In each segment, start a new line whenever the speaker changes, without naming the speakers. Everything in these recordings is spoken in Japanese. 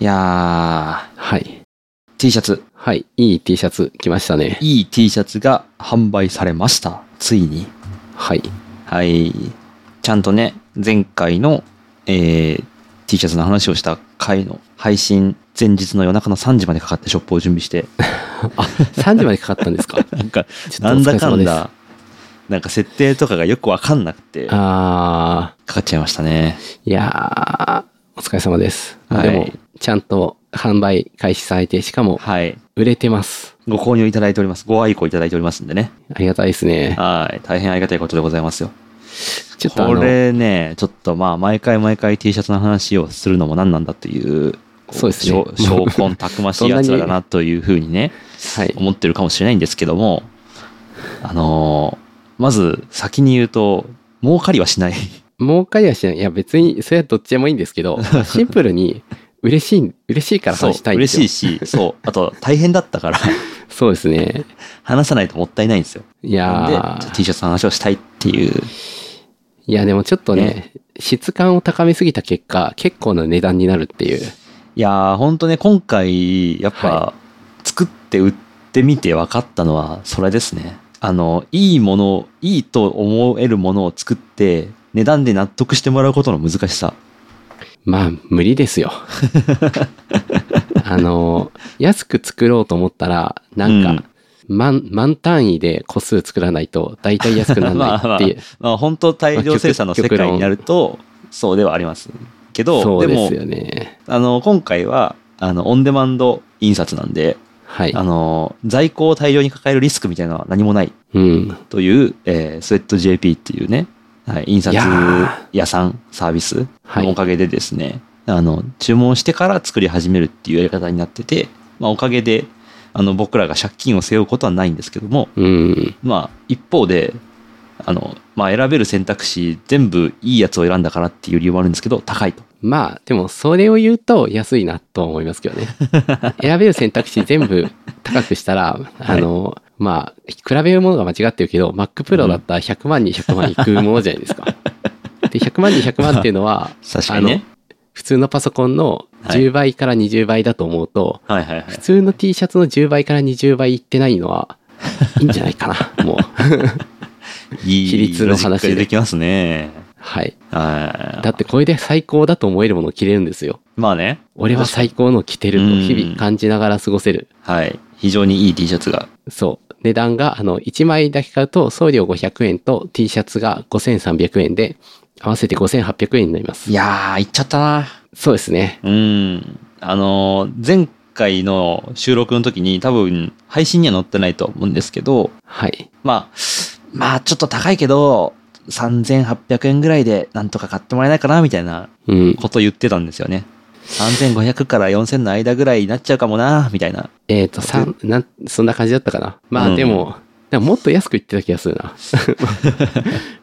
いや
はい。
ー、T シャツ、
はい。いい T シャツ来ましたね。
いい T シャツが販売されました。ついに。
はい。
はい。ちゃんとね、前回の、えー、T シャツの話をした回の配信前日の夜中の3時までかかってショップを準備して、
3時までかかったんですか
なんか、
ちょっとお
な
疲
ん
れ様
だかん
です
だ、なんか設定とかがよくわかんなくて、か
あ
かっちゃいましたね。
ー、いやー、お疲れ様です。
はい
でも、ちゃんと販売開始されて、しかも
はい。
売れてます。
ご購入いただいております。ご愛顧いただいておりますんでね。
ありがたいですね。
はい。大変ありがたいことでございますよ。
ちょっとあ
こ
の、
れね、ちょっとまあ、毎回毎回 T シャツの話をするのも何なんだっていう、こ
そうです
し
ね
ょ証根たくましい奴らだなというふうにね、
はい。
思ってるかもしれないんですけども、あのーまず先に言うと、儲かりはしない。
儲かりはしない。いや、別に、それはどっちでもいいんですけ ど、シンプルに、嬉しい、嬉しいから
そう
話したいんです
嬉
よ。
しいし、そう。あと、大変だったから、
そうですね。
話さないともったいないんですよ。
い
なんで、ちょ
や
っと
ー
T シャツの話をしたいっていう。
いや、でもちょっとね、質感を高めすぎた結果、結構な値段になるっていう。
いやー、ほんとね、今回、やっぱ
は、
作って売ってみて分かったのは、それですね。あの、いいもの、いいと思えるものを作って、値段で納得してもらうことの難し さ。
まあ、無 理ですよ。あの、安く作ろうと思ったら、なんか、満、満単位で個数作らないと、だいたい安くならないっていう。
まあままあ、本当大量生産の世界になると、そうではあります。けど、
そう
で
で
も
す、よね。
あの、今回は、あの、オンデマンド印刷なんで、
はい
あ。の、在庫を大量に抱えるリスクみたいなのは何もない
うん。
という、えースウェット JP っていうね、はい、印刷
いや
屋さんサービス
はい
のおかげでですね、あの、注文してから作り始めるっていうやり方になってて、まあ、おかげで、あの、僕らが借金を背負うことはないんですけども、
うん。
まあ、一方で、あの、まあ、選べる選択肢全部いいやつを選んだからっていう理由もあるんですけど、高いと。
まあ、でも、それを言うと安いなとは思いますけ どね。選べる選択肢全部高くしたら、あの、まあ、比べるものが間違ってるけど、Mac Pro だったら100万に100万いくものじゃないですか。 で、100万に100万っていうのは、
確かにね。
普通のパソコンの
はい
10倍から20倍だと思うと、
はいはいは
普通の T シャツの10倍から20倍いってないの はいいんじゃないかなもう
い。いい
比率の話で
ロジックでできますね。
はい
はい。
だってこれで最高だと思えるものを着れるんですよ
まあね。
俺は最高のを着てると
うん
日々感じながら過ごせる
はい。非常にいい T シャツが。
そう値段があの1枚だけ買うと送料500円と T シャツが5300円で合わせて5800円になります
いやー、いっちゃったな。
そうですね
うん。あのー、前回の収録の時に多分配信には載ってないと思うんですけど、
はい
まあ、まあちょっと高いけど、3800円ぐらいでなんとか買ってもらえないかなみたいな
うん
こと言ってたんですよね。3500から4000の間ぐらいになっちゃうかもなみたいな。
えっ、と、三なん、そんな感じだったかな。ま
うん
あでも、でももっと安く言ってた気がする な。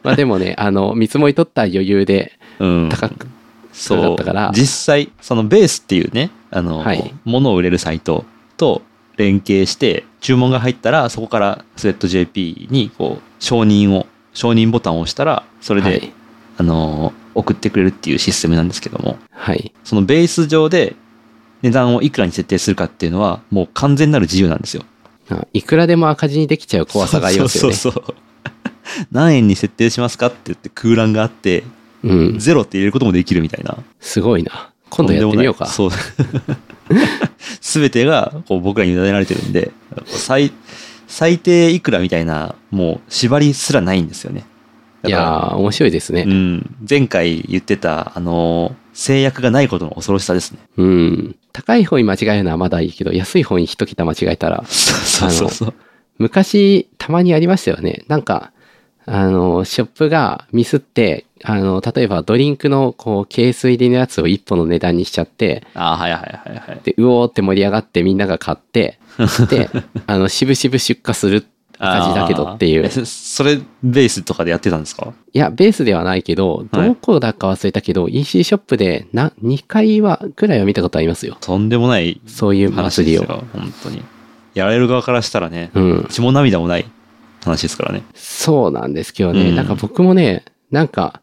まあでもね、あの、見積もり取った余裕で
うん。
高く、
そう。
だったから
実際、そのベースっていうね、あの、
はい
物を売れるサイトと連携して、注文が入ったら、そこからスウェット JP に、こう、承認を、承認ボタンを押したら、それで、
はい。
あの、送ってくれるっていうシステムなんですけども、
はい。
そのベース上で値段をいくらに設定するかっていうのは、もう完全なる自由なんですよ。
あいくらでも赤字にできちゃう怖さがありますよね。
そうそうそうそう。 何円に設定しますかって言って空欄があって、
うん。
ゼロって入れることもできるみたいな。
すごいな。今度やってみようか。
とんでもないそう。すべてがこう僕らに委ねられてるんで、最、最低いくらみたいな、もう縛りすらないんですよね。
い
だか
や
ら
ー、面白いですね
う。ん。前回言ってた、あのー、制約がないことの恐ろしさですね。
うん。高い方に間違えるのはまだいいけど、安い方に一桁間違えたら、
そうそうそう。
昔、たまにありましたよね。なんか、あの、ショップがミスって、あの、例えばドリンクの、こう、軽水入りのやつを1本の値段にしちゃって、
ああ、はいはいはいはい。
で、うおーって盛り上がってみんなが買って、で、 あの、しぶしぶ出荷する赤字だけどってい
あー
う
え。そそれ、ベースとかでやってたんですか
いや、ベースではないけど、
はい
どこだか忘れたけど、EC ショップで、な、2回は、くらいは見たことありますよ。
とんでもない
そういう
話
祭
で
り
すよ。
を。
本当に。やられる側からしたらね、
うん。
血も涙もない話ですからね。
そうなんですけどね。
うん
なんか僕もね、なんか、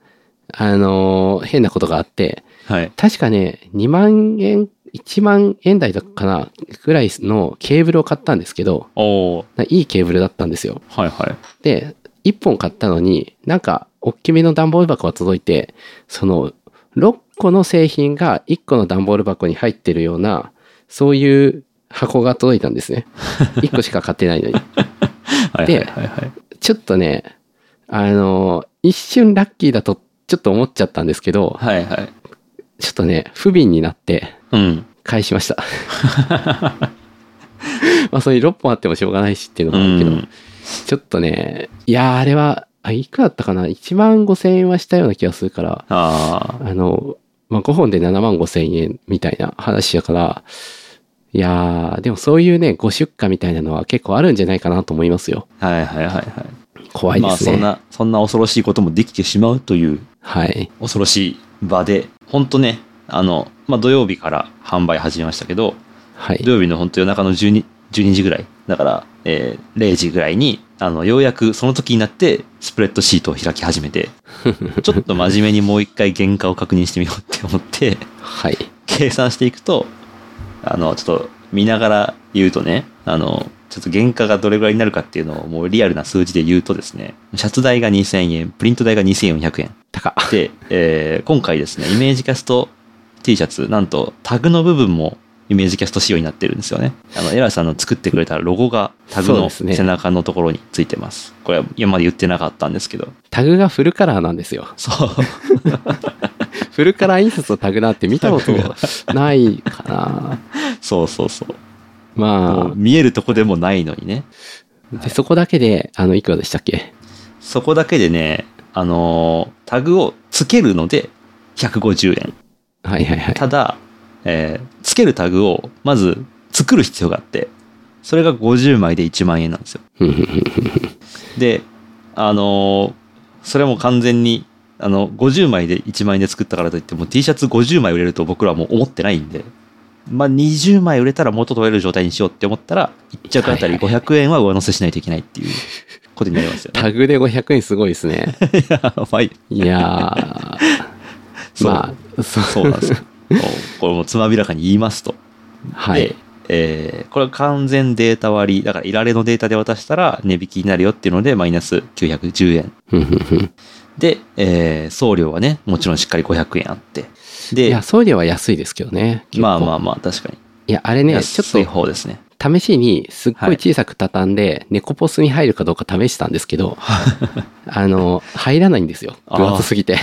あのー変なことがあって、
はい。
確かね、2万円1万円台だかな、ぐらいのケーブルを買ったんですけど、
おー
いいケーブルだったんですよ。
はいはい。
で、1本買ったのに、なんか、大きめの段ボール箱が届いて、その、6個の製品が1個の段ボール箱に入ってるような、そういう箱が届いたんですね。1個し か買ってないのに。
はいはい
で
はいはい。
ちょっとね、あの、一瞬ラッキーだと、ちょっと思っちゃったんですけど、
はいはい。
ちょっとね、不憫になって、
うん。
返し ました。まあ、それに6本あってもしょうがないしっていうの
う
もあるけど、
ん。
ちょっとね、いやーあれは、あ、いくらだったかな ?1 万5千円はしたような気がするから、
あ
あの、まあ、5本で7万5千円みたいな話だから、いやーでもそういうね、ご出荷みたいなのは結構あるんじゃないかなと思いますよ。
あ。はいはいはいはい。
怖いで
まあ
す
そ
ね。
んな、そんな恐ろしいこともできてしまうという
はい。
恐ろしい場で、本当ね、あの、まあ土曜日から販売始めましたけど、
はい。
土曜日の本当夜中の 12, 12時ぐらい、だから、えー0時ぐらいに、あの、ようやくその時になって、スプレッドシートを開き始め て、ちょっと真面目にもう一回原価を確認してみようって思って、
はい。
計算していくと、あの、ちょっと見ながら言うとね、あの、ちょっと原価がどれぐらいになるかっていうのをもうリアルな数字で言うとですね、シャツ代が2000円、プリント代が2400円。
高。
で、えー今回ですね、イメージキャスト T シャツ、なんとタグの部分もイメージキャスト仕様になってるんですよね。あの、エラーさんの作ってくれたロゴがタグ
そう
の
ですね
背中のところについてます。これは今まで言ってなかったんですけど。
タグがフルカラーなんですよ。
そう。
フルカラー印刷のタグなんて見たことないかな。
そうそうそう。も
ま
う見えるとこでもないのにね。
あ、でそこだけで、あの、いくらでしたっけ
そこだけでね、あのータグをつけるので150円。
はいはいはい。
ただ、えーつけるタグをまず作る必要があって、それが50枚で1万円なんですよ。
うんうん うん
で、あのーそれも完全に、あの、50枚で1万円で作ったからといって、もう T シャツ50枚売れると僕らはもう思ってないんで、まあ、20枚売れたら元取れる状態にしようって思ったら、1着あたり
はいはい
500円は上乗せしないといけないっていうことになりますよ ね。
タグで500円すごいですね。
やばい。
いやー、
そう
まあ、そ う、
そうなんです よ。これもつまびらかに言いますと。
は
で
い。
えーこれは完全データ割り、だからいられのデータで渡したら値引きになるよっていうので、マイナス910円。
ふんふんふん
で、えー送料はね、もちろんしっかり500円あって。
い
で
や、、送料は安いですけどね。結構
まあまあまあ、確かに。
いや、あれね、ち
安
ょ
い
っ
方ですね。
と試しに、すっご
はいい
小さく畳んで、猫ポスに入るかどうか試したんですけど、あの、入らないんですよ。
あー
分厚すぎて。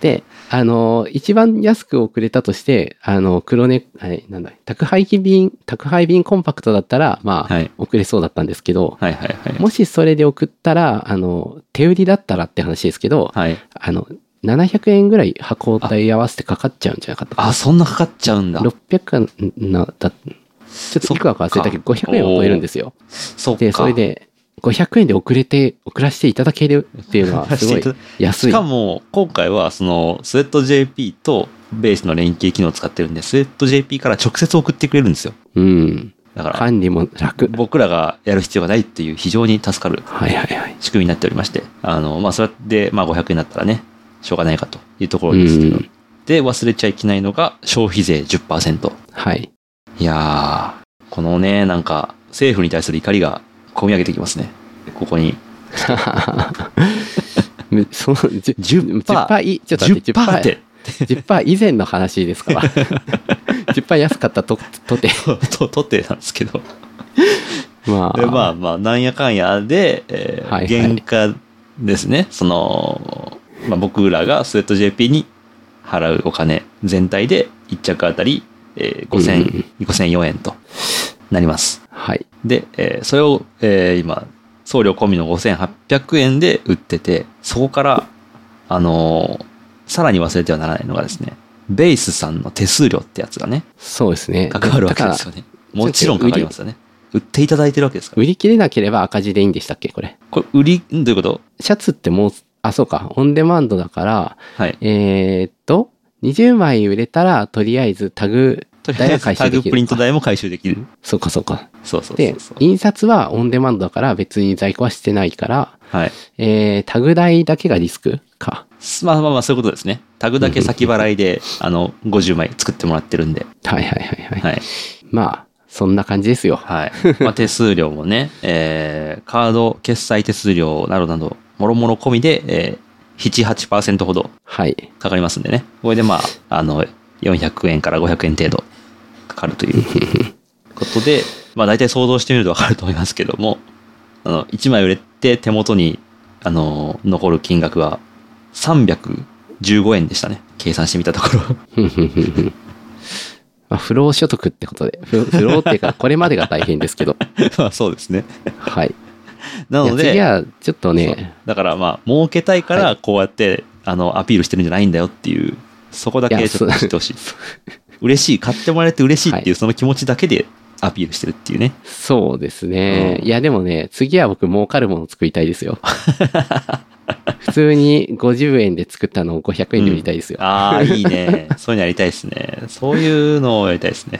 で、あの、一番安く遅れたとして、あの、黒猫、はい、なんだ、宅配便、宅配便コンパクトだったら、まあ、
はい
遅れそうだったんですけど、
はいはいはい。
もしそれで送ったら、あの、手売りだったらって話ですけど、
はい。
あの、700円ぐらい箱代合わせてかかっちゃうんじゃなかったかな
あ、そんなかかっちゃうんだ。
600円なだちょっといくらか忘れたけ
そ
ど、
っか
500円を超えるんですよ。
そっか。
で、それで、500円で遅れて、遅らせていただ けるっていうのは、すごい
遅らせてい
安
し
い。
か
は
も、今回は、その、スウェット JP とベースの連携機能を使ってるんで、スウェット JP から直接送ってくれるんですよ。
うん。
だから、
管理も楽。
僕らがやる必要がないっていう非常に助かる
はいはいはい。
仕組みになっておりまして、あの、まあ、それで、まあ、500円だったらね、しょうがないかというとこ
う
ろですけど。
ん。
で、忘れちゃいけないのが、消費税10%。
はい。
いやー、このね、なんか、政府に対する怒りが込み上げてきますね。ここに。
むそのじゅ
10%
10%いちょっと待って
10%って。
10%以前の話で すから10%安かったととて
と、 と、とてなんですけど。
まあ
でまあまあ、なんやかんやで、えー
はいはい
原価ですね。その、まあ、僕らがスウェット JP に払うお金全体で1着あたり、えー、
うん
5000、5004円となります。
はい
で、えーそれを、えー今、送料込みの5800円で売ってて、そこから、あのーさらに忘れてはならないのがですね、ベースさんの手数料ってやつがね、
そうですね
かかるわけで
だから
すよね。もちろんかかりますよね。売っていただいてるわけですから。
売り切れなければ赤字でいいんでしたっけこれ
これ、売り、んどういうこと
シャツってもうあそうかオンデマンドだから
はい。
えーっと20枚売れたらとりあえずタグ
とりあえ
代は
ず
回
タ
収で
グ
きる
プリント代も回収できる。
そうかそうか
そうそうそ
で
うそう。
印刷はオンデマンドだから別に在庫はしてないから
はい。
えータグ代だけがリスクか
すまあまあまあ、そういうことですね。タグだけ先払いで、あの、50枚作ってもらってるんで。
はいはいはいは。
はいい。
まあ、そんな感じですよ。
はい。まあ、手数料もね、 えー、カード決済手数料などなど、もろもろ込みで、えー、7、8%ほど
はい。
かかりますんでね。これでまあ、あの、400円から500円程度かかるという ことで、まあ大体想像してみるとわかると思いますけども、あの、1枚売れて手元に、あの、残る金額は315円でしたね。計算してみたところ。
ふんふんふんふんまあ、不労所得ってことで。不 不労っていうか、これまでが大変ですけど。
まあそうですね。
はい。
なの
い
で、
や次は、ちょっと
そう
ね、
だからまあ、儲けたいか
は
ら、こうやって、あの、アピールしてるんじゃないんだよっていう、そこだ
い
け
や
ちょっと知ってほしい
そ。
嬉しい、買ってもらえて嬉しいってい
は
う、その気持ちだけでアピールしてるっていうね。
そうですね。
うん
いや、でもね、次は僕、儲かるもの作りたいですよ。 普通に50円で作ったのを500円で売りたいですよ。
ああ、いい ね。そういうのやりたいですね。そういうのをやりたいですね。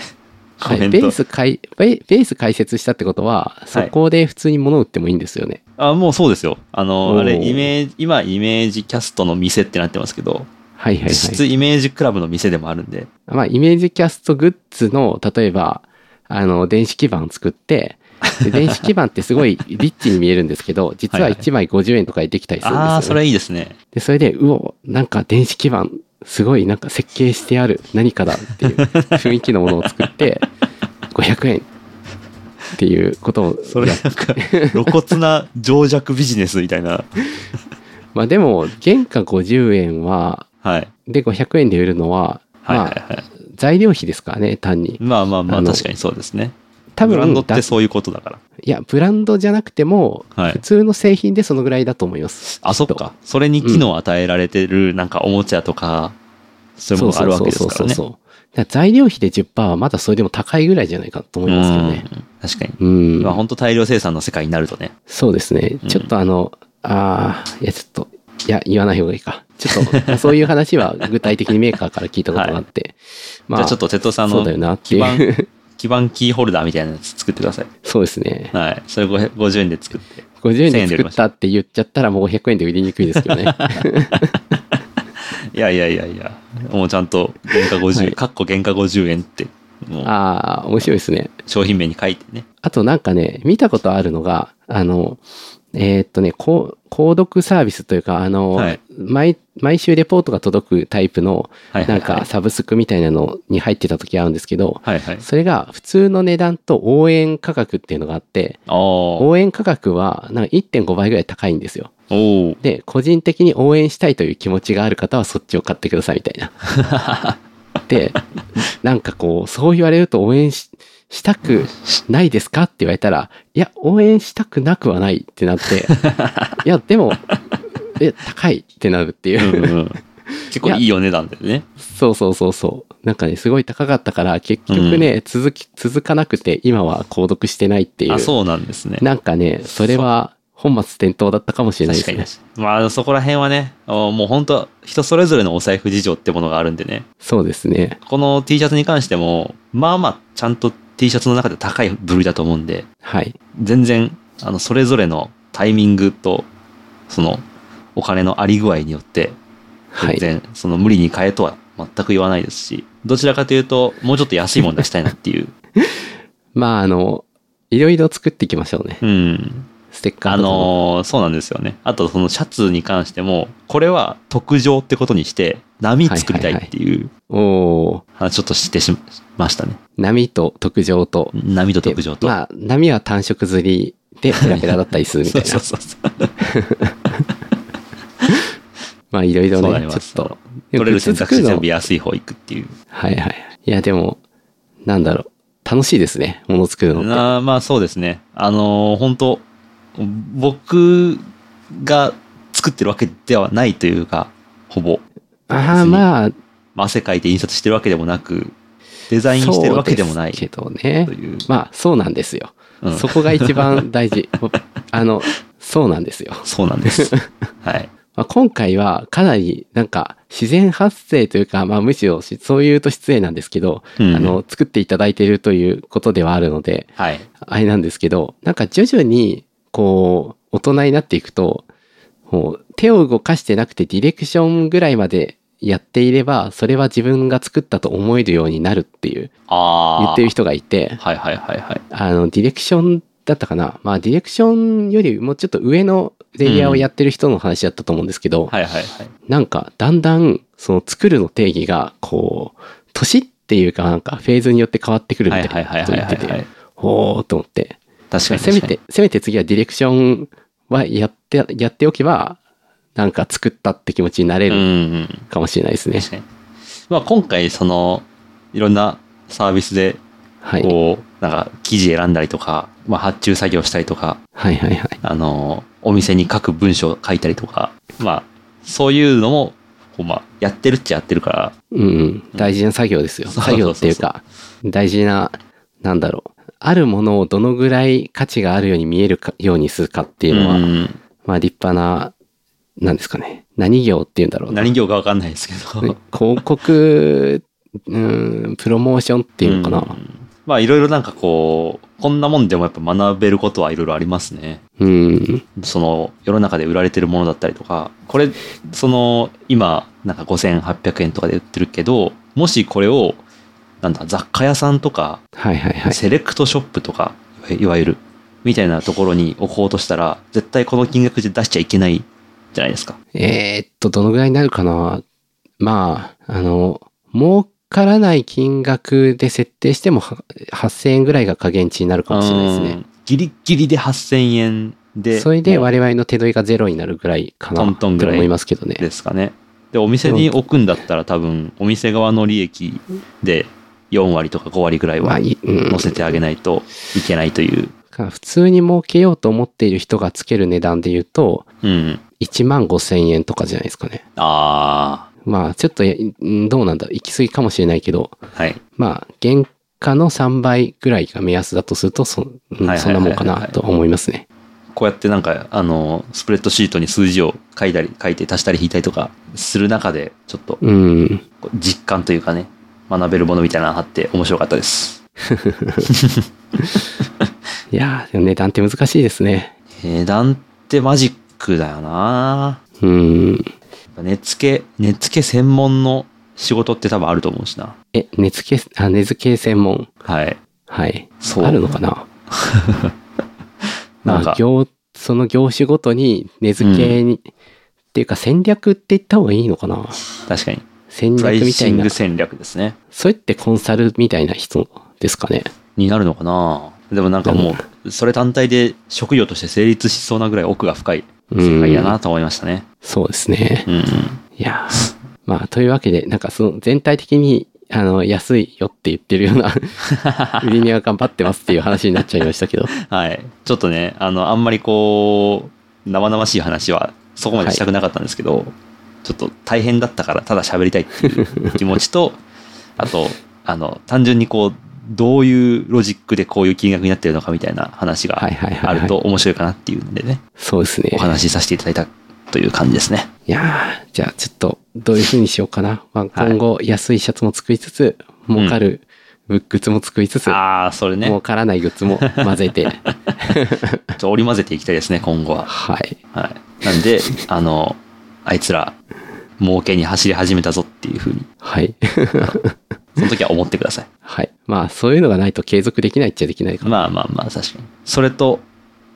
コ
は
メ
い、
ン
ベ
ト
ー。ス解、ベベース解説したってことは、そこで普通に物売ってもいいんですよね。
あもうそうですよ。あ
お
の、
ー
あれ、イメージ、今、イメージキャストの店ってなってますけど、
はい、はい、はい。
実質イメージクラブの店でもあるんで。
まあ、イメージキャストグッズの、例えば、あの、電子基板を作って、で電子基板ってすごいリッチに見えるんですけど、実は
はいはい
1枚50円とかでできたりするんですよ、ね
ああ、それいいですね。
で、それで、うお、なんか電子基板、すごいなんか設計してある何かだっていう 雰囲気のものを作って、500円っていうことを
それ
や
なん か、露骨な情弱ビジネスみたいな。
まあでも、原価50円は、
はい。
で、500円で売るのは、
はいはい
まあ、
はい。
材料費ですからね、単に。
まあまあまあ、
あの
確かにそうですね。
多分
ブランドっ
だ
てそういうことだから。
いや、ブランドじゃなくても、
はい
普通の製品でそのぐらいだと思います。
あ、そっか。それに機能を与えられてる、なんかおもちゃとか、そういうものがあるわけですからね。
うそうそうそうだから材料費で10%はまだそれでも高いぐらいじゃないかと思いますけどね。
うん確かに。
うん。
まあ本当大量生産の世界になるとね。
そうですね
う。ん
ちょっとあの、ああ、いや、ちょっと、いや、言わない方がいいか。ちょっと、まあそういう話は具体的にメーカーから聞いたことがあ って。ま
じゃあちょっと瀬戸さん
そ
の
うだよなって
基
いう。
板、 基板キーホルダーみたいなやつ作ってください。
そうですね。
はい。それ500 50円で作って。
50円
1000
で
円で売り
作
ま
っ
した
たって言っちゃったらもう500円で売りにくいですけどね。
いやいやいやいや。もうちゃんと原価50
は
円、
い
かっこ原価50円って、もう
ああ、面白いですね。
商品名に書いてね。
あとなんかね、見たことあるのが、あの、えーっとね、こう購読サービスというか、あの、
はい
毎、毎週レポートが届くタイプの、
はいはい
な
はい
んかサブスクみたいなのに入ってた時あるんですけど、
はいはい。
それが普通の値段と応援価格っていうのがあって、
ああ。お
応援価格はなんか1.5倍ぐらい高いんですよ。
お。
で、個人的に応援したいという気持ちがある方はそっちを買ってくださいみたいな。で、なんかこう、そう言われると応援ししたくないですかって言われたら、いや、応援したくなくはないってなって、いや、でも、え、高いってなるっていうう。
んうん。結構いいお値段だよね。
そうそうそうそう。なんかね、すごい高かったから、結局ね、続き、続かなくて、今は購読してないっていう。
あ、そうなんですね。
なんかね、それは本末転倒だったかもしれないですね。
確かに。まあ、そこら辺はね、あのもう本当人それぞれのお財布事情ってものがあるんでね。
そうですね。
この T シャツに関しても、まあまあ、ちゃんと T シャツの中で高い部類だと思うんで、
はい。
全然、あの、それぞれのタイミングと、その、お金のあり具合によって、
は
全
い。
然、その無理に買えとは全く言わないですし、どちらかというと、もうちょっと安いもの出したいなって いう。
まあ、あの、いろいろ作っていきましょうね。
うん。
ステッカー
あ
とかも。
のーそうなんですよね。あと、そのシャツに関しても、これは特上ってことにして、波作りたいっていう
おー
話ちょっとしてしましたね。
波と特上と。
波と特上と。
でまあ、波は単色釣りでペラペラだったりするみたい な。
そうそうそうそう。
まあ、いろいろ
そうな
ね、
り
ちょ
ます。
っと。
取れる選択肢全部
や。
安い方行くっていう。
はいはい。いや、でも、なんだろう。楽しいですね。もの作るのって。
なまあそうですね。あのー本当僕が作ってるわけではないというか、ほぼ、
ああ、まあ、
まあ汗かいて印刷してるわけでもなく、デザインしてるわけでもない
そう
と
ですけどね。
いう。
まあ、そうなんですよ。
うん
そこが一番 大事。あの、そうなんですよ。
そうなん です。はい。
まあ、今回はかなりなんか自然発生というか、まあむしろしそういうと失礼なんですけど、
うん
あの、作っていただいているということではあるので、
はい。
あれなんですけど、なんか徐々にこう、大人になっていくと、こもう手を動かしてなくてディレクションぐらいまでやっていれば、それは自分が作ったと思えるようになるっていう
ああ。
言ってる人がいて、
はいはいはいはい。
あの、ディレクションだったかな。まあ、ディレクションよりもうちょっと上のレイヤーをやってる人の話だったと思うんですけど、
はいはいはい。
なんか、だんだん、その作るの定義が、こう、年っていうかなんかフェーズによって変わってくるみ
は
た
い
い
はいはい
な
はいは
こと言って
いは
て
い。、
ほーっと思って。
確かに確か
せ
に。
めて、せめて次はディレクションはやって、やっておけば、なんか作ったって気持ちになれ
うんう
る
ん。
かもしれないですね。
確かに。まあ今回、その、いろんなサービスで、
はい。
こう、なんか記事選んだりとか、まあ発注作業したりとか、
はいはいはい。
あの、お店に書く文章書いたりとか、まあ、そういうのも、こうまあ、やってるっちゃやってるから、
うんうん。大事な作業ですよ。
そうそう
作業っていうか、大事な、なんだろう。あるものをどのぐらい価値があるように見えるかようにするかっていうのは、
うん
まあ立派な、なんですかね。何業っていうんだろうな。
何行かわかんないですけど。
ね広告、うん、プロモーションっていうのかな。
んまあいろいろなんかこう、こんなもんでもやっぱ学べることはいろいろありますね。
うん。
その世の中で売られてるものだったりとか、これ、その今なんか5800円とかで売ってるけど、もしこれを、なんだ、雑貨屋さんとか、
はいはいはい。
セレクトショップとか、いわゆる、みたいなところに置こうとしたら、絶対この金額で出しちゃいけないじゃないですか。
えーっと、どのぐらいになるかなまあ、あの、儲からない金額で設定してもは8000円ぐらいが下限値になるかもしれないです
う
ね。
んギリギリで8000円で、
それで
もう
我々の手取りがゼロになるぐらいかな
トントンぐ
と
らい
思いますけどね。
ですかね。で、お店に置くんだったら多分、お店側の利益で4割とか5割ぐらい
まあ
はい
いうん
乗せてあげないといけないという。
普通に儲けようと思っている人がつける値段で言うと、
うん。
1万5000円とかじゃないですかね。
あ
まあ、ちょっと、えうんどうなんだろう。行き過ぎかもしれないけど、
あ、はい。
まあ、原価の3倍ぐらいが目安だとすると、そうん
はいはいはいはい
そんなもんかなと思いますね。
こうやってなんか、あの、スプレッドシートに数字を書いたり、書いて足したり引いたりとかする中で、ちょっと
うん。
こう実感というかね、学べるものみたいなのあって面白かったです。
いやー、でも値段って難しいですね。
値段ってマジックだよな
うーん。
値付け、値付け専門の仕事って多分あると思うしな。
え、根付け、あ、根付け専門。
はい。
はい。
そう
あるのかな
なん
まあ
か、
業、その業種ごとに根付けに、っていうか戦略って言った方がいいのかな
確かに。
戦
プライ
略みた
シ
い
ン
な
グ。戦略ですね。
それってコンサルみたいな人ですかね。
になるのかなでもなんかもう、それ単体で職業として成立しそうなぐらい奥が深い世界だなと思いましたね。
そうですね。
うんうん。
いやーまあ、というわけで、なんかその全体的に、あの、安いよって言ってるよ うな、売りには頑張ってますっていう話になっちゃいましたけど。
はい。ちょっとね、あの、あんまりこう、生々しい話はそこまでしたくなかったんですけど、ちょっと大変だったからただ喋りたいっていう気持ちと、 あと、あの、単純にこう、どういうロジックでこういう金額になってるのかみたいな話が
はいはいはいはい
あると面白いかなっていうんでね、
そうですね。
お話しさせていただいたという感じですね。
いやーじゃあちょっとどういう風にしようかな。まあ、
はい
今後安いシャツも作りつつ、儲かるグッズも作りつつ、
ああ、それね。
儲からないグッズも混ぜ て、
ちょっと織り交ぜていきたいですね、今後は。
はい。
はい。なんで、あの、あいつら、儲けに走り始めたぞっていうふうに、
はい。
その時は思ってください。
はい。まあそういうのがないと継続できないっちゃできないかな。
まあまあまあ、確かに。それと、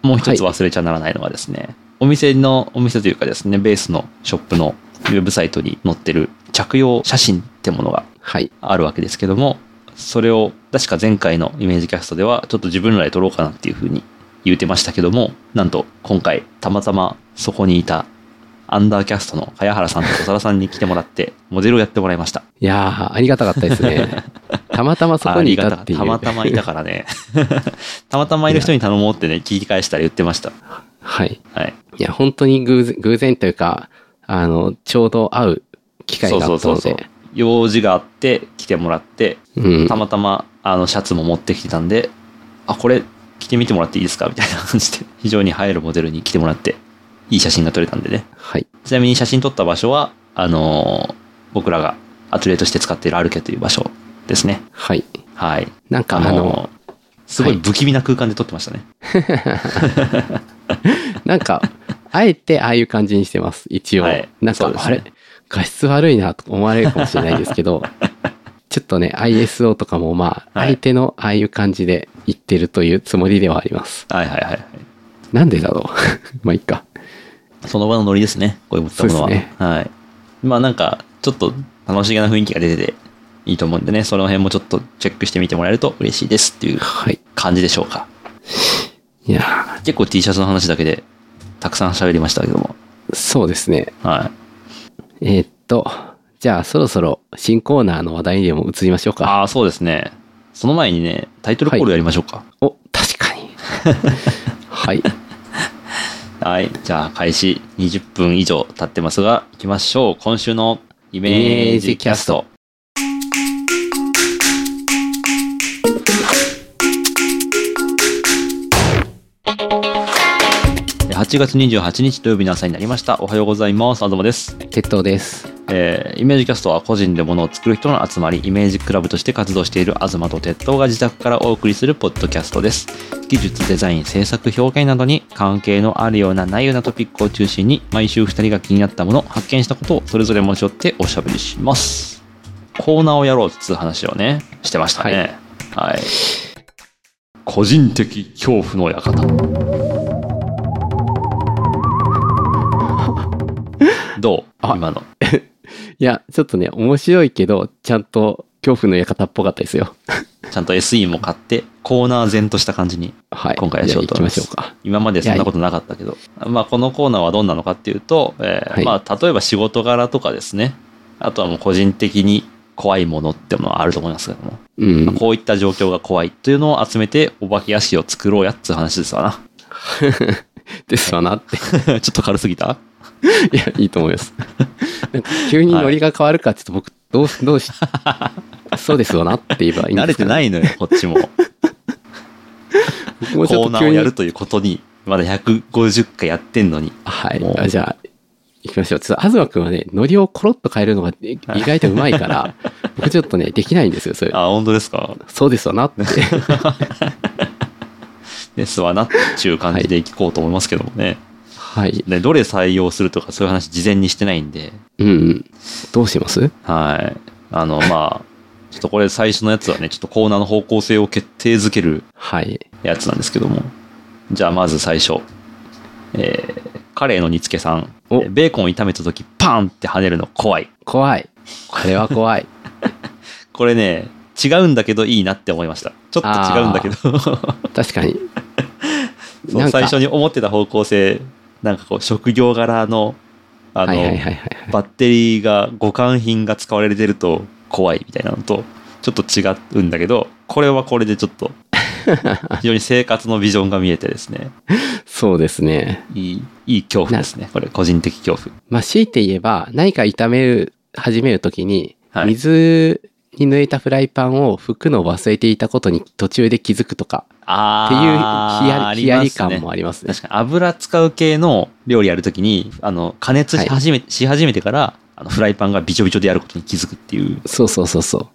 もう一つ忘れちゃならないのがですね、お店の、お店というかですね、ベースのショップのウェブサイトに載ってる着用写真ってものが
はい。
あるわけですけども、それを、確か前回のイメージキャストでは、ちょっと自分らで撮ろうかなっていうふうに言うてましたけども、なんと今回、たまたまそこにいた、アンダーキャストの茅原さんと小皿さんに来てもらって、モデルをやってもらいました。
いやーありがたかったで すね。たまたまそこにいたっていう。
ありがたかったたまたまいたからね。 たまたまいる人に頼もうってね、聞き返したら言ってました。
はい。
はい。
いや、本当に偶然、偶然というか、あの、ちょうど会う機会
そう
が
そ
あ
う
った
そ
の
うそう
で。。
用事があって、来てもらって、
うん
た。またま、あの、シャツも持ってきてたんで、あ、これ、着てみてもらっていいですかみたいな感じで、 非常に映えるモデルに着てもらって、いい写真が撮れたんでね。
はい。
ちなみに写真撮った場所は、あのー僕らがアトリエとして使っている歩けという場所ですね。
はい。
はい。
なんか
あ
あの、
のーすごい不気味な空間で撮ってましたね。
なんか、あえてああいう感じにしてます、一応。
はい
なんか、
そうです
あ
ね
れ画質悪いなと思われるかもしれないですけ ど、ちょっとね、ISO とかもまあ、
はい
相手のああいう感じで言ってるというつもりではあります。
はいはいはいはい。
なんでだろう まあ、いっか。
その場のノリですね、こういったもの
そう
は。
ですね
はい。まあなんか、ちょっと楽しげな雰囲気が出てていいと思うんでね、その辺もちょっとチェックしてみてもらえると嬉しいですっていう
はい。
感じでしょうか。
いやー
結構 T シャツの話だけでたくさん喋りましたけども。
そうですね。
はい。
えーっと、じゃあそろそろ新コーナーの話題にでも移りましょうか。
ああ、そうですね。その前にね、タイトルコールやりましょうか。
お、確 かに。はい。
はい。じゃあ、開始20分以上経ってますが、行きましょう。今週のイメージキャスト。8月28日土曜日の朝になりました。おはようございます。あどうもです。
鉄塔です。
えーイメージキャストは個人で物を作る人の集まりイメージクラブとして活動している東と鉄塔が自宅からお送りするポッドキャストです技術デザイン制作表現などに関係のあるようなないようなトピックを中心に毎週2人が気になったもの発見したことをそれぞれ持ち寄っておしゃべりしますコーナーをやろうっつう話をねしてましたねはい、個人的恐怖の館どう
あ
今の
いや、ちょっとね、面白いけど、ちゃんと恐怖の館っぽかったですよ。
ちゃんと SE も買って、コーナー全とした感じに、
はい。
今回はしようと思います
じゃあ行きましょうか。
今までそんなことなかったけど、まあ、このコーナーはどんなのかっていうと、えー
はい
まあ、例えば仕事柄とかですね、あとはもう個人的に怖いものってものはあると思いますけども、
うん。
こういった状況が怖いというのを集めて、お化け屋敷を作ろうやっつう話ですわ
ですわなって。
な。 ちょっと軽すぎた
いや、いいと思います。なんか急にノリが変わるか、ちょっと僕、どう、どうし、 そうですわなって言えばいいん
慣
で
れ
すか
てないのよ、こっ ちも。
僕
コ
もち
ー
ょっと
ナー
急
を
に
やるということに、まだ150回やってんのに。
はい
も。う
あじゃあ、行きましょう。ちょっと、あずまくんはね、ノリをコロッと変えるのがえ意外とうまいから、僕ちょっとね、できないんですよ、それ。
あ、本当ですか
そうですわ なって。
ですわなっていう感じでいこうと思いますけどもね。
はい。
ね、どれ採用するとかそういう話事前にしてないんで、
うんうん。どうします
はい。あの、まあ、ちょっとこれ最初のやつはね、ちょっとコーナーの方向性を決定づける
はい。
やつなんですけども。じゃあまず最初。えー、カレーの煮付けさん。え
お
ーベーコンを炒めた時パーンって跳ねるの怖い。
怖い。これは怖い。
これね、違うんだけどいいなって思いました。ちょっと違うんだけど、
確かに。
そう
なんか
最初に思ってた方向性、なんかこう、職業柄の、あの、
はいはいはいはい。
バッテリーが互換品が使われてると怖いみたいなのとちょっと違うんだけどこれはこれでちょっ と非常に生活のビジョンが見えてですね
そうですね。
いいいい恐怖ですねこれ個人的恐怖
まあ、強いて言えば、何か炒める、始めるときに、
はい
水に濡れたフライパンを拭くのを忘れていたことに途中で気づくとか、っていうヒヤ
あ
リヒヤリ感も
も
ありますね。
確かに油使う系の料理やるときにあの加熱し始め,、し始めてからあのフライパンがびちょびちょでやることに気づくっていう
そうそうそうそう。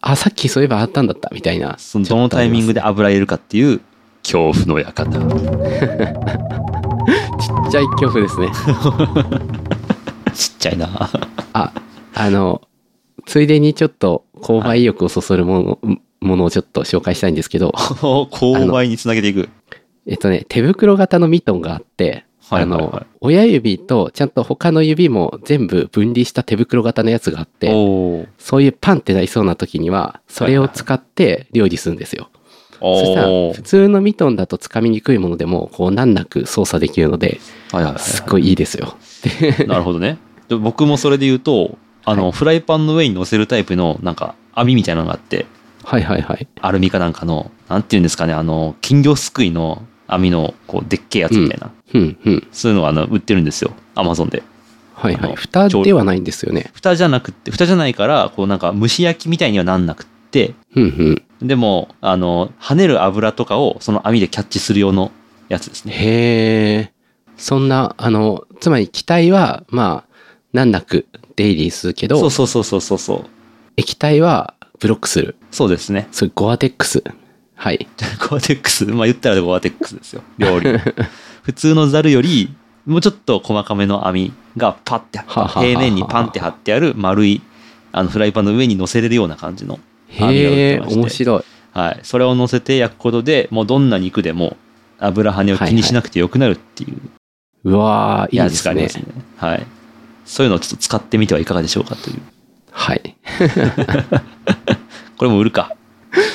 あ、さっきそういえばあったんだった、みたいな。
そのどのタイミングで油入れるかっていう恐怖の館
ちっちゃい恐怖 ですね。
ちっちゃいな
あ、あの、ついでにちょっと購買意欲をそそるもの、ものをちょっと紹介したいんですけど、
購買につなげていく
えっとね、手袋型のミトンがあって、
はい
あ
はいはい
の、親指とちゃんと他の指も全部分離した手袋型のやつがあって、
おー
そういうパンってなりそうな時には、それを使って料理するんですよ。そしたら、
お
普通のミトンだと掴みにくいものでも、こう難なく操作できるので、
ーはいはいは
すっ ごいいいですよ。
い。なるほどね。で僕もそれで言うと、あの、フライパンの上に乗せるタイプの、なんか、網みたいなのがあって、
はいはいはい。
アルミかなんかの、なんていうんですかね、あの、金魚すくいの網の、こう、でっけえやつみたいな、
うんうん。
そういうのが、あの、売ってるんですよ。アマゾンで。
はい
あ
は
の
い。蓋ではないんですよね。
蓋じゃなくって、蓋じゃないから、こう、なんか、蒸し焼きみたいにはなんなくって、
うんうん。
でも、あの、跳ねる油とかを、その網でキャッチする用のやつですね。
へえ。そんな、あの、つまり気体は、まあ、難なく出入りするけど
そう、そうそうそうそうそう。
液体はブロックする。
そうですね。
それゴアテックス。はい。
ゴアテックス、まあ言ったらゴアテックスですよ。料理。普通のザルよりもうちょっと細かめの網がパッて、
ははは
平面にパンって貼ってある丸い、あの、フライパンの上に乗せれるような感じの網が売っ
へえ、
てまして
面白い。
はい。それを乗せて焼くことで、もうどんな肉でも油跳ねを気にしなくてよくなるっていう
うわーいい
や
で
つが
す
あり
ね
ま。すね。はい。そういうのをちょっと使ってみてはいかがでしょうかという。
はい。
これも売るか。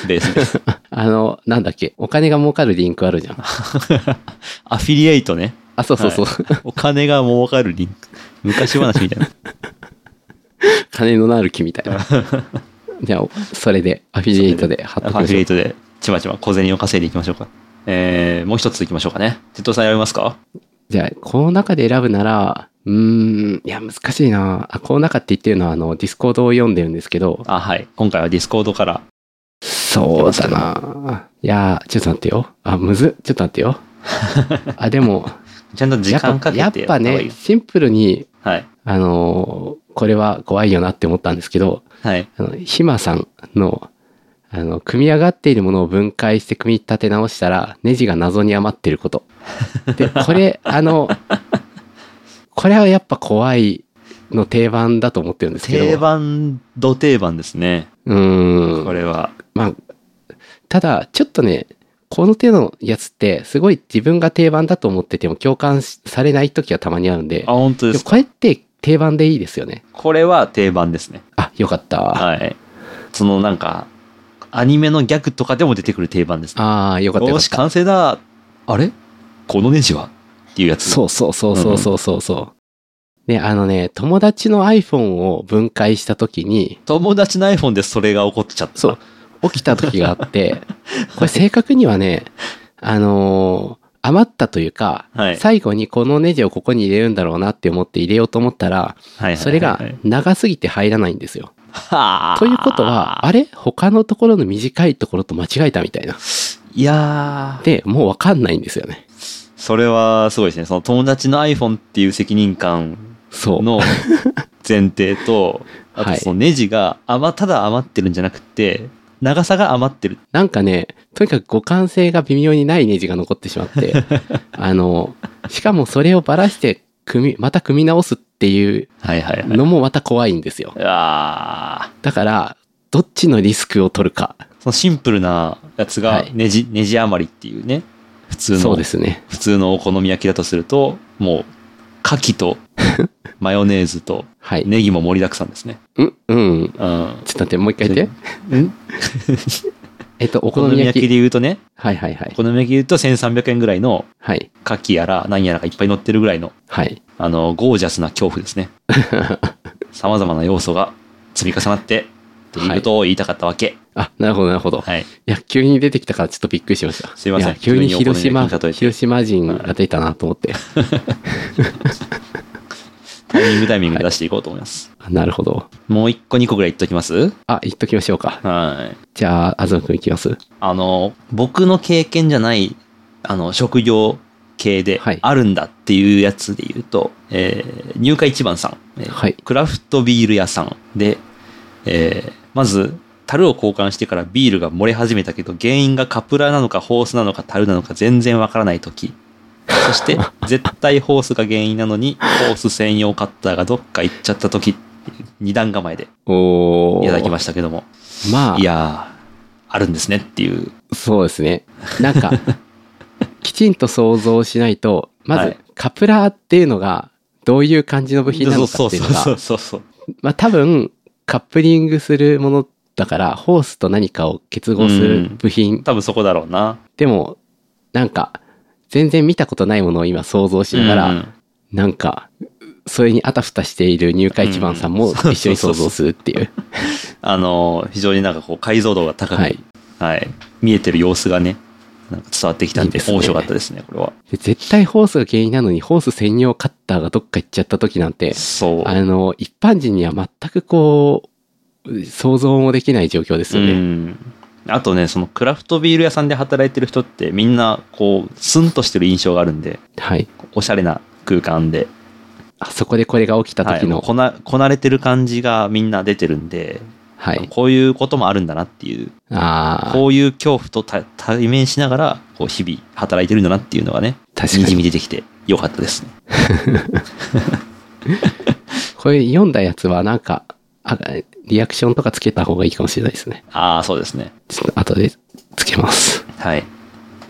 ベース です。
あの、なんだっけ、お金が儲かるリンクあるじゃん。
アフィリエイトね。
あ、そうそうそう。
お金が儲かるリンク。昔話みたいな。
金のなる木みたい な。じゃあ、それで、アフィ リエイトで貼っ
ア
と
フ
き
ィ
ま
リエ
しょ
イトでちまちま小銭を稼いでいきましょうか。えー、もう一ついきましょうかね。鉄道さんやりますか
う。じゃあ、この中で選ぶなら、うーん、いや、難しいなあ、この中って言ってるのは、あの、ディスコードを読んでるんですけど、
あ、はい。今回はディスコードから。
そうだないやー、ちょっと待ってよ。あ、むずっ、ちょっと待って よ。あ、でも、
ちゃんと時
やっ
間
ぱ
かけて
やっぱ
やった方がいい
ね、
よ
シンプルに、
はい。
あのーこれは怖いよなって思ったんですけど、
はい。
あの、ひまさんの、あの、組み上がっているものを分解して組み立て直したら、ネジが謎に余ってること。で、これ、あの、これはやっぱ怖いの定番だと思ってるんですけど。
定番、ど定番ですね。
うーん。
これは。
まあ、ただ、ちょっとね、この手のやつって、すごい自分が定番だと思ってても共感しされない時はたまにあるんで、
あ、本当で
ですもこれって定番でいいですよね。
これは定番ですね。
あ、よかった。
はい。そのなんか、アニメのギャグとかでも出てくる定番ですね。
ああ、よかったよ
よ
かっ。
した完成だあれこのネジはっていうやつ。
そうそうそうそうそうそうそう。ね、あのね、友達の iPhone を分解した時に、
友達の iPhone でそれが起こっちゃった。
そう。、起きた時が あって、これ正確にはね、あのー余ったというか、
はい
最後にこのネジをここに入れるんだろうなって思って入れようと思ったら、
はいはいはいはい
それが長すぎて入らないんですよ。
はあ
ということは、あれ他のところの短いところと間違えたみたいな。
いやー、
で、もうわかんないんですよね。
それはすごいですね。その友達の iPhone っていう責任感
そう。
の前提と、あ
は
と
い
そのネジが余、ただ余ってるんじゃなくて、長さが余ってる。
なんかね、とにかく互換性が微妙にないネジが残ってし まって、あの、しかもそれをばらして、組み、また組み直すっていう
はいはいはい。
のもまた怖いんですよ。
あ
だから、どっちのリスクを取るか。
ーそのシンプルなやつ
は
が
い
ネジ、ネジ余りっていうね。普通
そ
の
うで、すね。
普通のお好み焼きだとすると、もう、牡蠣 とマヨネーズと
はい。
ネギも盛りだくさんですね。
うん、うん。ちょっ
うん。
と待って、もう一回言って。 えっと、お
お好
好み
み
焼
焼き
き。
で言うとね、
はいはいは
お
い。
好み焼きで言うと1300円ぐらいの
はい。
牡蠣やら何やらがいっぱい乗ってるぐらいの、
はい。
あの、ゴージャスな恐怖です ね。様々な要素が積み重なって、ということを言いたかったわけ。
あ、なるほどなるほど。
はい。
いや、急に出てきたからちょっとびっくりしました。
すいません
や急に広島、
急にお好み焼きに例えて
広島人が出たなと思って。
タイミングタイミングで出していこうと思います。
あなるほど。
もう1個2個ぐらい言っときます
あ、言っときましょうか。
はい。
じゃあ、あずまくんいきます。
あの、僕の経験じゃない、あの、職業系で
はい
あるんだっていうやつで言うと、えー入会一番さん、えー
はい
クラフトビール屋さんで、えーまず、樽を交換してからビールが漏れ始めたけど、原因がカプラーなのかホースなのか樽なのか全然わからないとき。そし て、絶対ホースが原因なのに、ホース専用カッターがどっか行っちゃったとき、二段構えで
お
いただき
ま
ましたけども、
す。まあ、
いやー、あるんですねっていう
そうですね。な んか、きちんと想像しないと、まず、
はい
カプラーっていうのが、どういう感じの部品なのかっていうの
そ
が
う、そうそうそう
まあ多分、カップリングするものだから、ホースと何かを結合する部品。
多分そこだろうな
でも、なんか、全然見たことないものを今想像しながら、
うん
なんか、それにあたふたしている入会一番さん
う
も
ん
一緒に想像するっていう。
あの非常になんかこう解像度が高く、
は
はいい見えてる様子がねなんか伝わってきたんで
いいですね
面白かったですねこれは
で絶対ホースが原因なのに、ホース専用カッターがどっか行っちゃった時なんて、
そう
あの、一般人には全くこう、想像もできない状況ですよ
う
ね。
んあとねそのクラフトビール屋さんで働いてる人ってみんなこうスンとしてる印象があるんで
はい。
おしゃれな空間で
あそこでこれが起きた
はい
時の、
こなこなれてる感じがみんな出てるんで、
はい。
こういうこともあるんだなっていう
ああ、
こういう恐怖と対対面しながら、こう日々働いてるんだなっていうのがね、
確かに
にじみ出てきて、良かったですね。
これ読んだやつはなんか、あリアクションとかつけた方がいいかもしれないですね。
ああ、そうですね。
ちょっと後でつけます。
はい。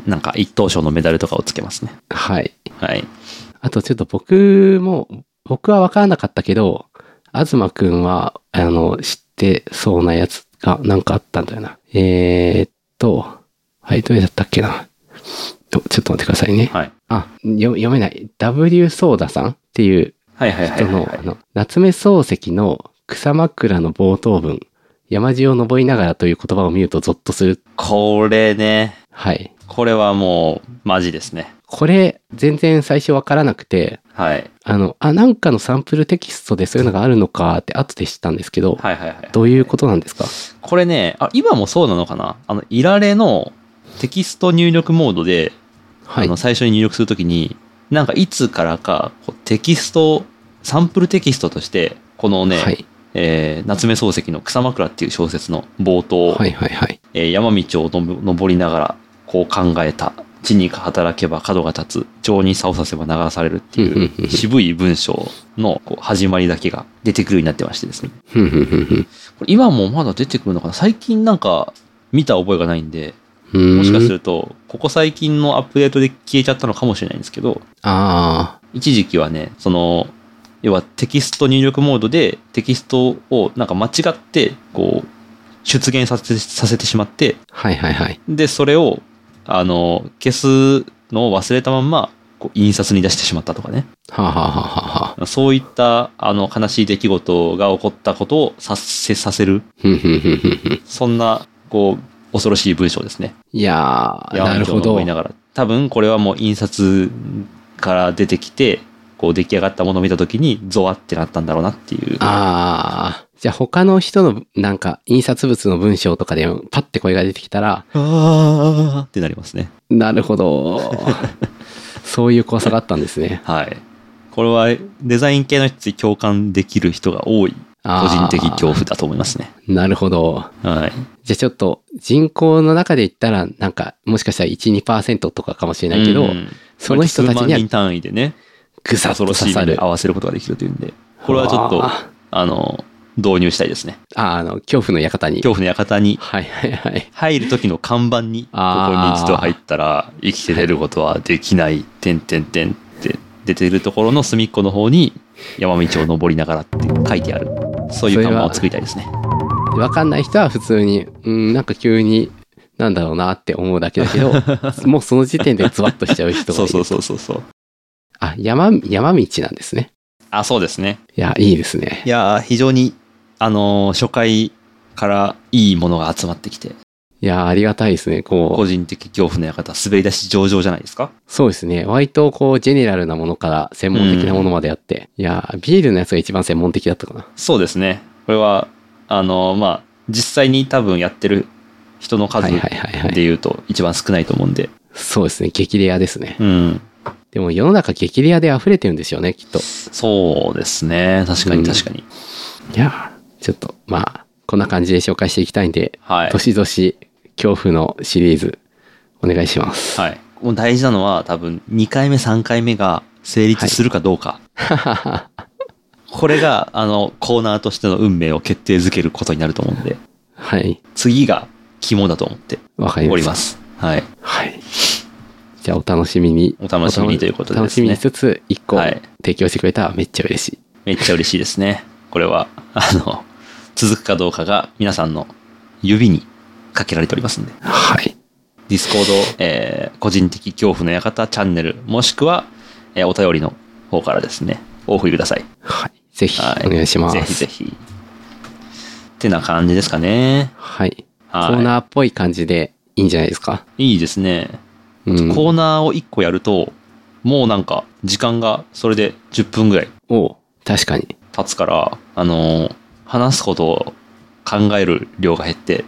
なんか一等賞のメダルとかをつけますね。
はい。
はい。
あとちょっと僕も、僕は分からなかったけど、東くんは、あの、知ってそうなやつがなんかあったんだよな。えー、っと、はい、どれだったっけな。ちょちょっと待ってくださいね。
はい。
あ、よ読めない。W ソーダさんっていう
はいはいはい
人
はい
の、
は
あ
い。
の、夏目漱石の草枕の冒頭文、山路を登りながらという言葉を見るとゾッとする。
これね。
はい。
これはもう、マジですね。
これ、全然最初わからなくて、
はい。
あの、あ、なんかのサンプルテキストでそういうのがあるのかって後で知ったんですけど、
はいはいはい。
どういうことなんですか
これね、あ、今もそうなのかなあの、いられのテキスト入力モードで、
は
あ
い
の。最初に入力するときに、なんかいつからかこうテキスト、サンプルテキストとして、このね、
はい。
えー夏目漱石の草枕っていう小説の冒頭、
はいはいはい。
えー山道をのぼ登りながら、こう考えた。地に働けば角が立つ。情に差をさせば流されるって
うんうんう
い
ん
う渋い文章のこう始まりだけが出てくるようになってましてですね。
ふんふんふんふん
これ今もまだ出てくるのかな最近なんか見た覚えがないんで、
うーん。
もしかすると、ここ最近のアップデートで消えちゃったのかもしれないんですけど、
あ
一時期はね、その、要はテキスト入力モードでテキストをなんか間違って、こう、出現させさせてしまって、
あ。はいはいはい。
で、それを、あの、消すのを忘れたまんま、こう印刷に出してしまったとかね。
はあ、はあはあはあはあ、
そういった、あの、悲しい出来事が起こったことを察せさせる。
ふんふんふんふんふん。
そんな、こう、恐ろしい文章ですね。
いやー、
山
なる
道を
ほど
登り。ながら。多分、これはもう印刷から出てきて、こう、出来上がったものを見たときに、ゾワってなったんだろうなっていう。
ああ。じゃあ他の人のなんか印刷物の文章とかでパッて声が出てきたら、
あーってなりますね。
なるほ ど。そういう怖さがあったんですね。
はい。これは、デザイン系の人に共感できる人が多い、個人
あー
的恐怖だと思いますね。
なるほど。
はい。
じゃあちょっと人口の中で言ったらなんかもしかしたら1、2%とかかもしれないけど、
うん
その人たち
数万
には
人単位でね、
ぐさっ
恐
と
ろ
刺
しい
さ
目に
る。
合わせることができるというんで、これはちょっと、
あ
あの、導入したいですね。
ーあの、恐怖の館に。
恐怖の館に
はいはいはい。
入る時の看板に、ここ
あー
に一度入ったら生きて出ることはできない、てんてんてんって出てるところの隅っこの方に山道を登りながらって書いてある。そういう看板を作りたいですね。
わかんない人は普通に、うん、なんか急に、なんだろうなって思うだけだけ ど、もうその時点でズワッとしちゃう人がい
そう
る。
そうそうそうそう。
あ、山、山道なんですね。
あ、そうですね。
いや、いいですね。
いやー、非常に、あのー初回からいいものが集まってきて、
いや、ありがたいですね。こ
個
う、
人的恐怖の館、滑り出し上々じゃないですか
そうですね。割とこう、ジェネラルなものから専門的なものまであって。いや、ビールのやつが一番専門的だったかな。
そうですね。これは、あの、まあ、実際に多分やってる人の
は
数
い
で
はいはいはい。
言うと一番少ないと思うんで。
そうですね。激レアですね。
うん。
でも世の中激レアで溢れてるんですよね、きっと。
そうですね。確か
うん
に確かに。
いや、ちょっと、まあ、こんな感じで紹介していきたいんで、
はい。
年々恐怖のシリーズ、お願い します。
はい。もう大事なのは多分2回目3回目が成立するかどうか。これが、あの、コーナーとしての運命を決定づけることになると思うんで、
はい。
次が肝だと思って
わかり
お
ま
り
した。
ます。はい。
はい。じゃあ、お楽しみに。
お楽しみにということでですね
楽しみにしつつ、一個
はい
提供してくれたらめっちゃ嬉しい。
めっちゃ嬉しいですね。これは、あの、続くかどうかが皆さんの指にかけられておりますんで。
はい。
ディスコード、えー個人的恐怖の館チャンネル、もしくは、えーお便りの方からですね、お送りください。
はい。ぜひ、
はい
お願いします。
ぜひぜひ。ってな感じですかね。
はい。コ
はい
ーナーっぽい感じでいいんじゃないですか。
いいですね。
うん。
コーナーを1個やると、もうなんか、時間がそれで10分ぐらい
おう確かに。
経つから、あのー話すことを考える量が減って、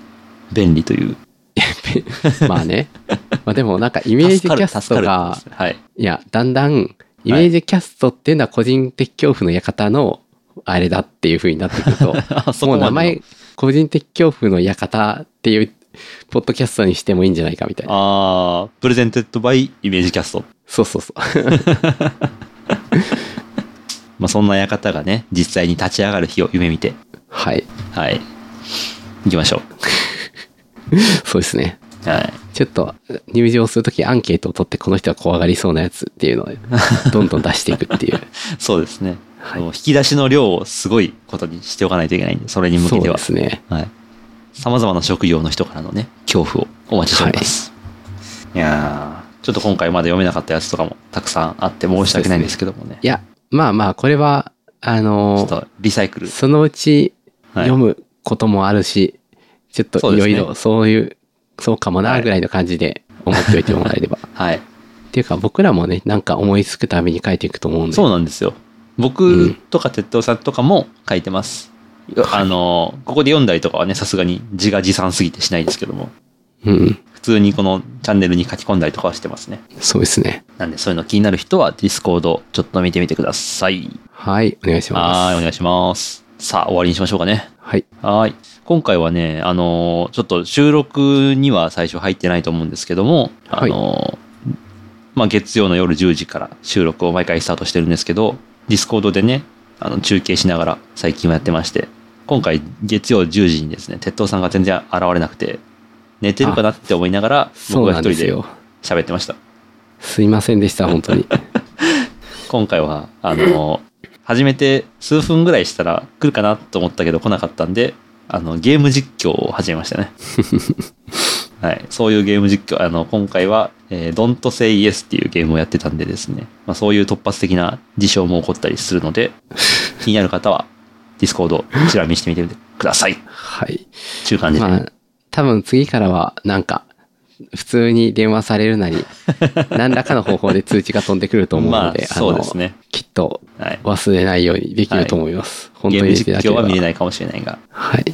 便利という。
まあね。まあでもなんかイメージキャスト
助か
が、
る助かるはい。
いや、だんだん、イメージキャストっていうのは個人的恐怖の館の、あれだっていう風になってくると、
あそ
も
こ
う
までの
名前、個人的恐怖の館っていうポッドキャストにしてもいいんじゃないかみたいな。
ああ、プレゼンテッドバイイメージキャスト。
そうそうそう。
まあ、そんな館がね、実際に立ち上がる日を夢見て、
はい。
はい。行きましょ
そうですね。
う。はい。
ちょっと入場するときアンケートを取ってこの人は怖がりそうなやつっていう のをどんどん出していくっていう。
そうですね。
は
あ
い
の引き出しの量をすごいことにしておかないといけないんで、それに向
そ
け
う
て
で
は。
すね。
はい。様々な職業の人からのね、恐怖をお待ちしております。い、やーちょっと今回まで読めなかったやつとかもたくさんあって申し訳ないんですけどもね。
いや、まあまあ、これは、あ
ちょっ
の、
とリサイクル。
そのうち
はい
読むこともあるし、ちょっ
そうで
といろ
すね
いろそういう、そうかも
は
ないぐらいの感じで思っておいてもらえ れば。
はい。
っていうか僕らもね、なんか思いつくために書いていくと思うんで。
そう
う
なんですよ。
う
僕
ん
とか鉄道さんとかも書いてます。あの、ここで読んだりとかはね、さすがに字が持参すぎてしないですけども、
うん。
普通にこのチャンネルに書き込んだりとかはしてますね。
そうですね。
なんで、そういうの気になる人は、ディスコードちょっと見てみてください。
はい、お願いしま
は
す。
い、お願いします。さあ、終わりにしましょうかね。
はい。
はい。今回はね、あのーちょっと収録には最初入ってないと思うんですけども、あのーまあ、月曜の夜10時から収録を毎回スタートしてるんですけど、ディスコードでね、あの、中継しながら最近はやってまして、今回月曜10時にですね、鉄道さんが全然現れなくて、寝てるかなって思いながら、
そ
僕
う
が
な
一
んで
人
す
で
よ。
喋ってました。
すいませんでした、本当に。
今回は、あの、初めて数分ぐらいしたら来るかなと思ったけど来なかったんで、あの、ゲーム実況を始めました ね。はい。そういうゲーム実況、あの、今回は、えー Don't Say Yes っていうゲームをやってたんでですね、まあ、そういう突発的な事象も起こったりするの で、気になる方は、ディスコード、ちら見してみてください。
はい。
ちゅう感じで。
まあ、多分次からは、なんか、普通に電話される なり、何らかの方法で通知が飛んでくると思うので、
まあそうですね
あのきっと
はい。
忘れないようにできると思います。本
ゲ
当
ー
に
ム
でき
実
なけ
況
れば
は見れないかもしれないが。
はい。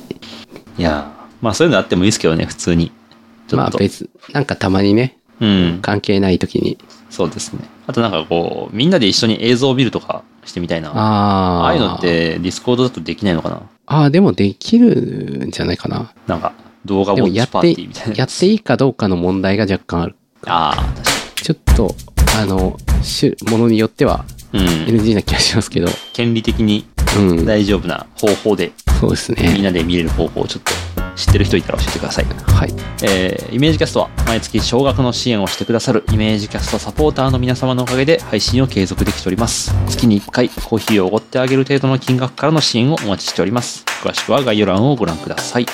いやーまあそういうのあってもいいですけどね、普通に。ちょっと。
まあ別、なんかたまにね、
うん。
関係ない時に。
そうですね。あとなんかこう、みんなで一緒に映像を見るとかしてみたいな。あ
ああ。
あいうのっ。て、ディスコードだとできないのかな
ああ、でもできるんじゃないかな。
なんか、動画ウ
で
ォ
も
ッ
や
チ
っ
パーテ
て
ィーみたいな、
や
やつ。
っていいかどうかの問題が若干ある。
ああ、確か
ちょっと、あの、種ものによっては
に。うん。
NG な気がしますけど、
権利的に
うん。
大丈夫な方法で、
そうです
みん
ね。
なで見れる方法をちょっと知ってる人いたら教えてください。
はい。
えーイメージキャストは毎月少額の支援をしてくださるイメージキャストサポーターの皆様のおかげで配信を継続できております。月に1回コーヒーをおごってあげる程度の金額からの支援をお待ちしております。詳しくは概要欄をご覧ください。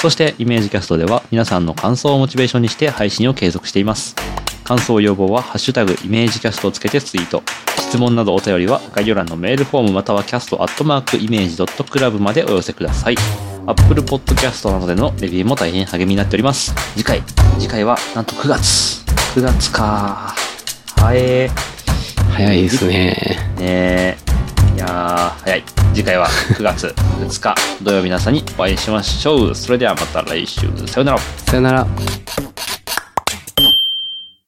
そしてイメージキャストでは皆さんの感想をモチベーションにして配信を継続しています。感想要望はハッシュタグイメージキャストをつけてツイート。質問などお便りは概要欄のメールフォームまたはキャストアットマークイメージドットクラブまでお寄せください。Apple Podcast などでのレビューも大変励みになっております。次回、次回はなんと9月。9月か。はえ
早いですね。
ー。ねえ。いやー、早い。次回は9月2日土曜日の朝にお会いしましょう。それではまた来週。さようなら。
さよなら。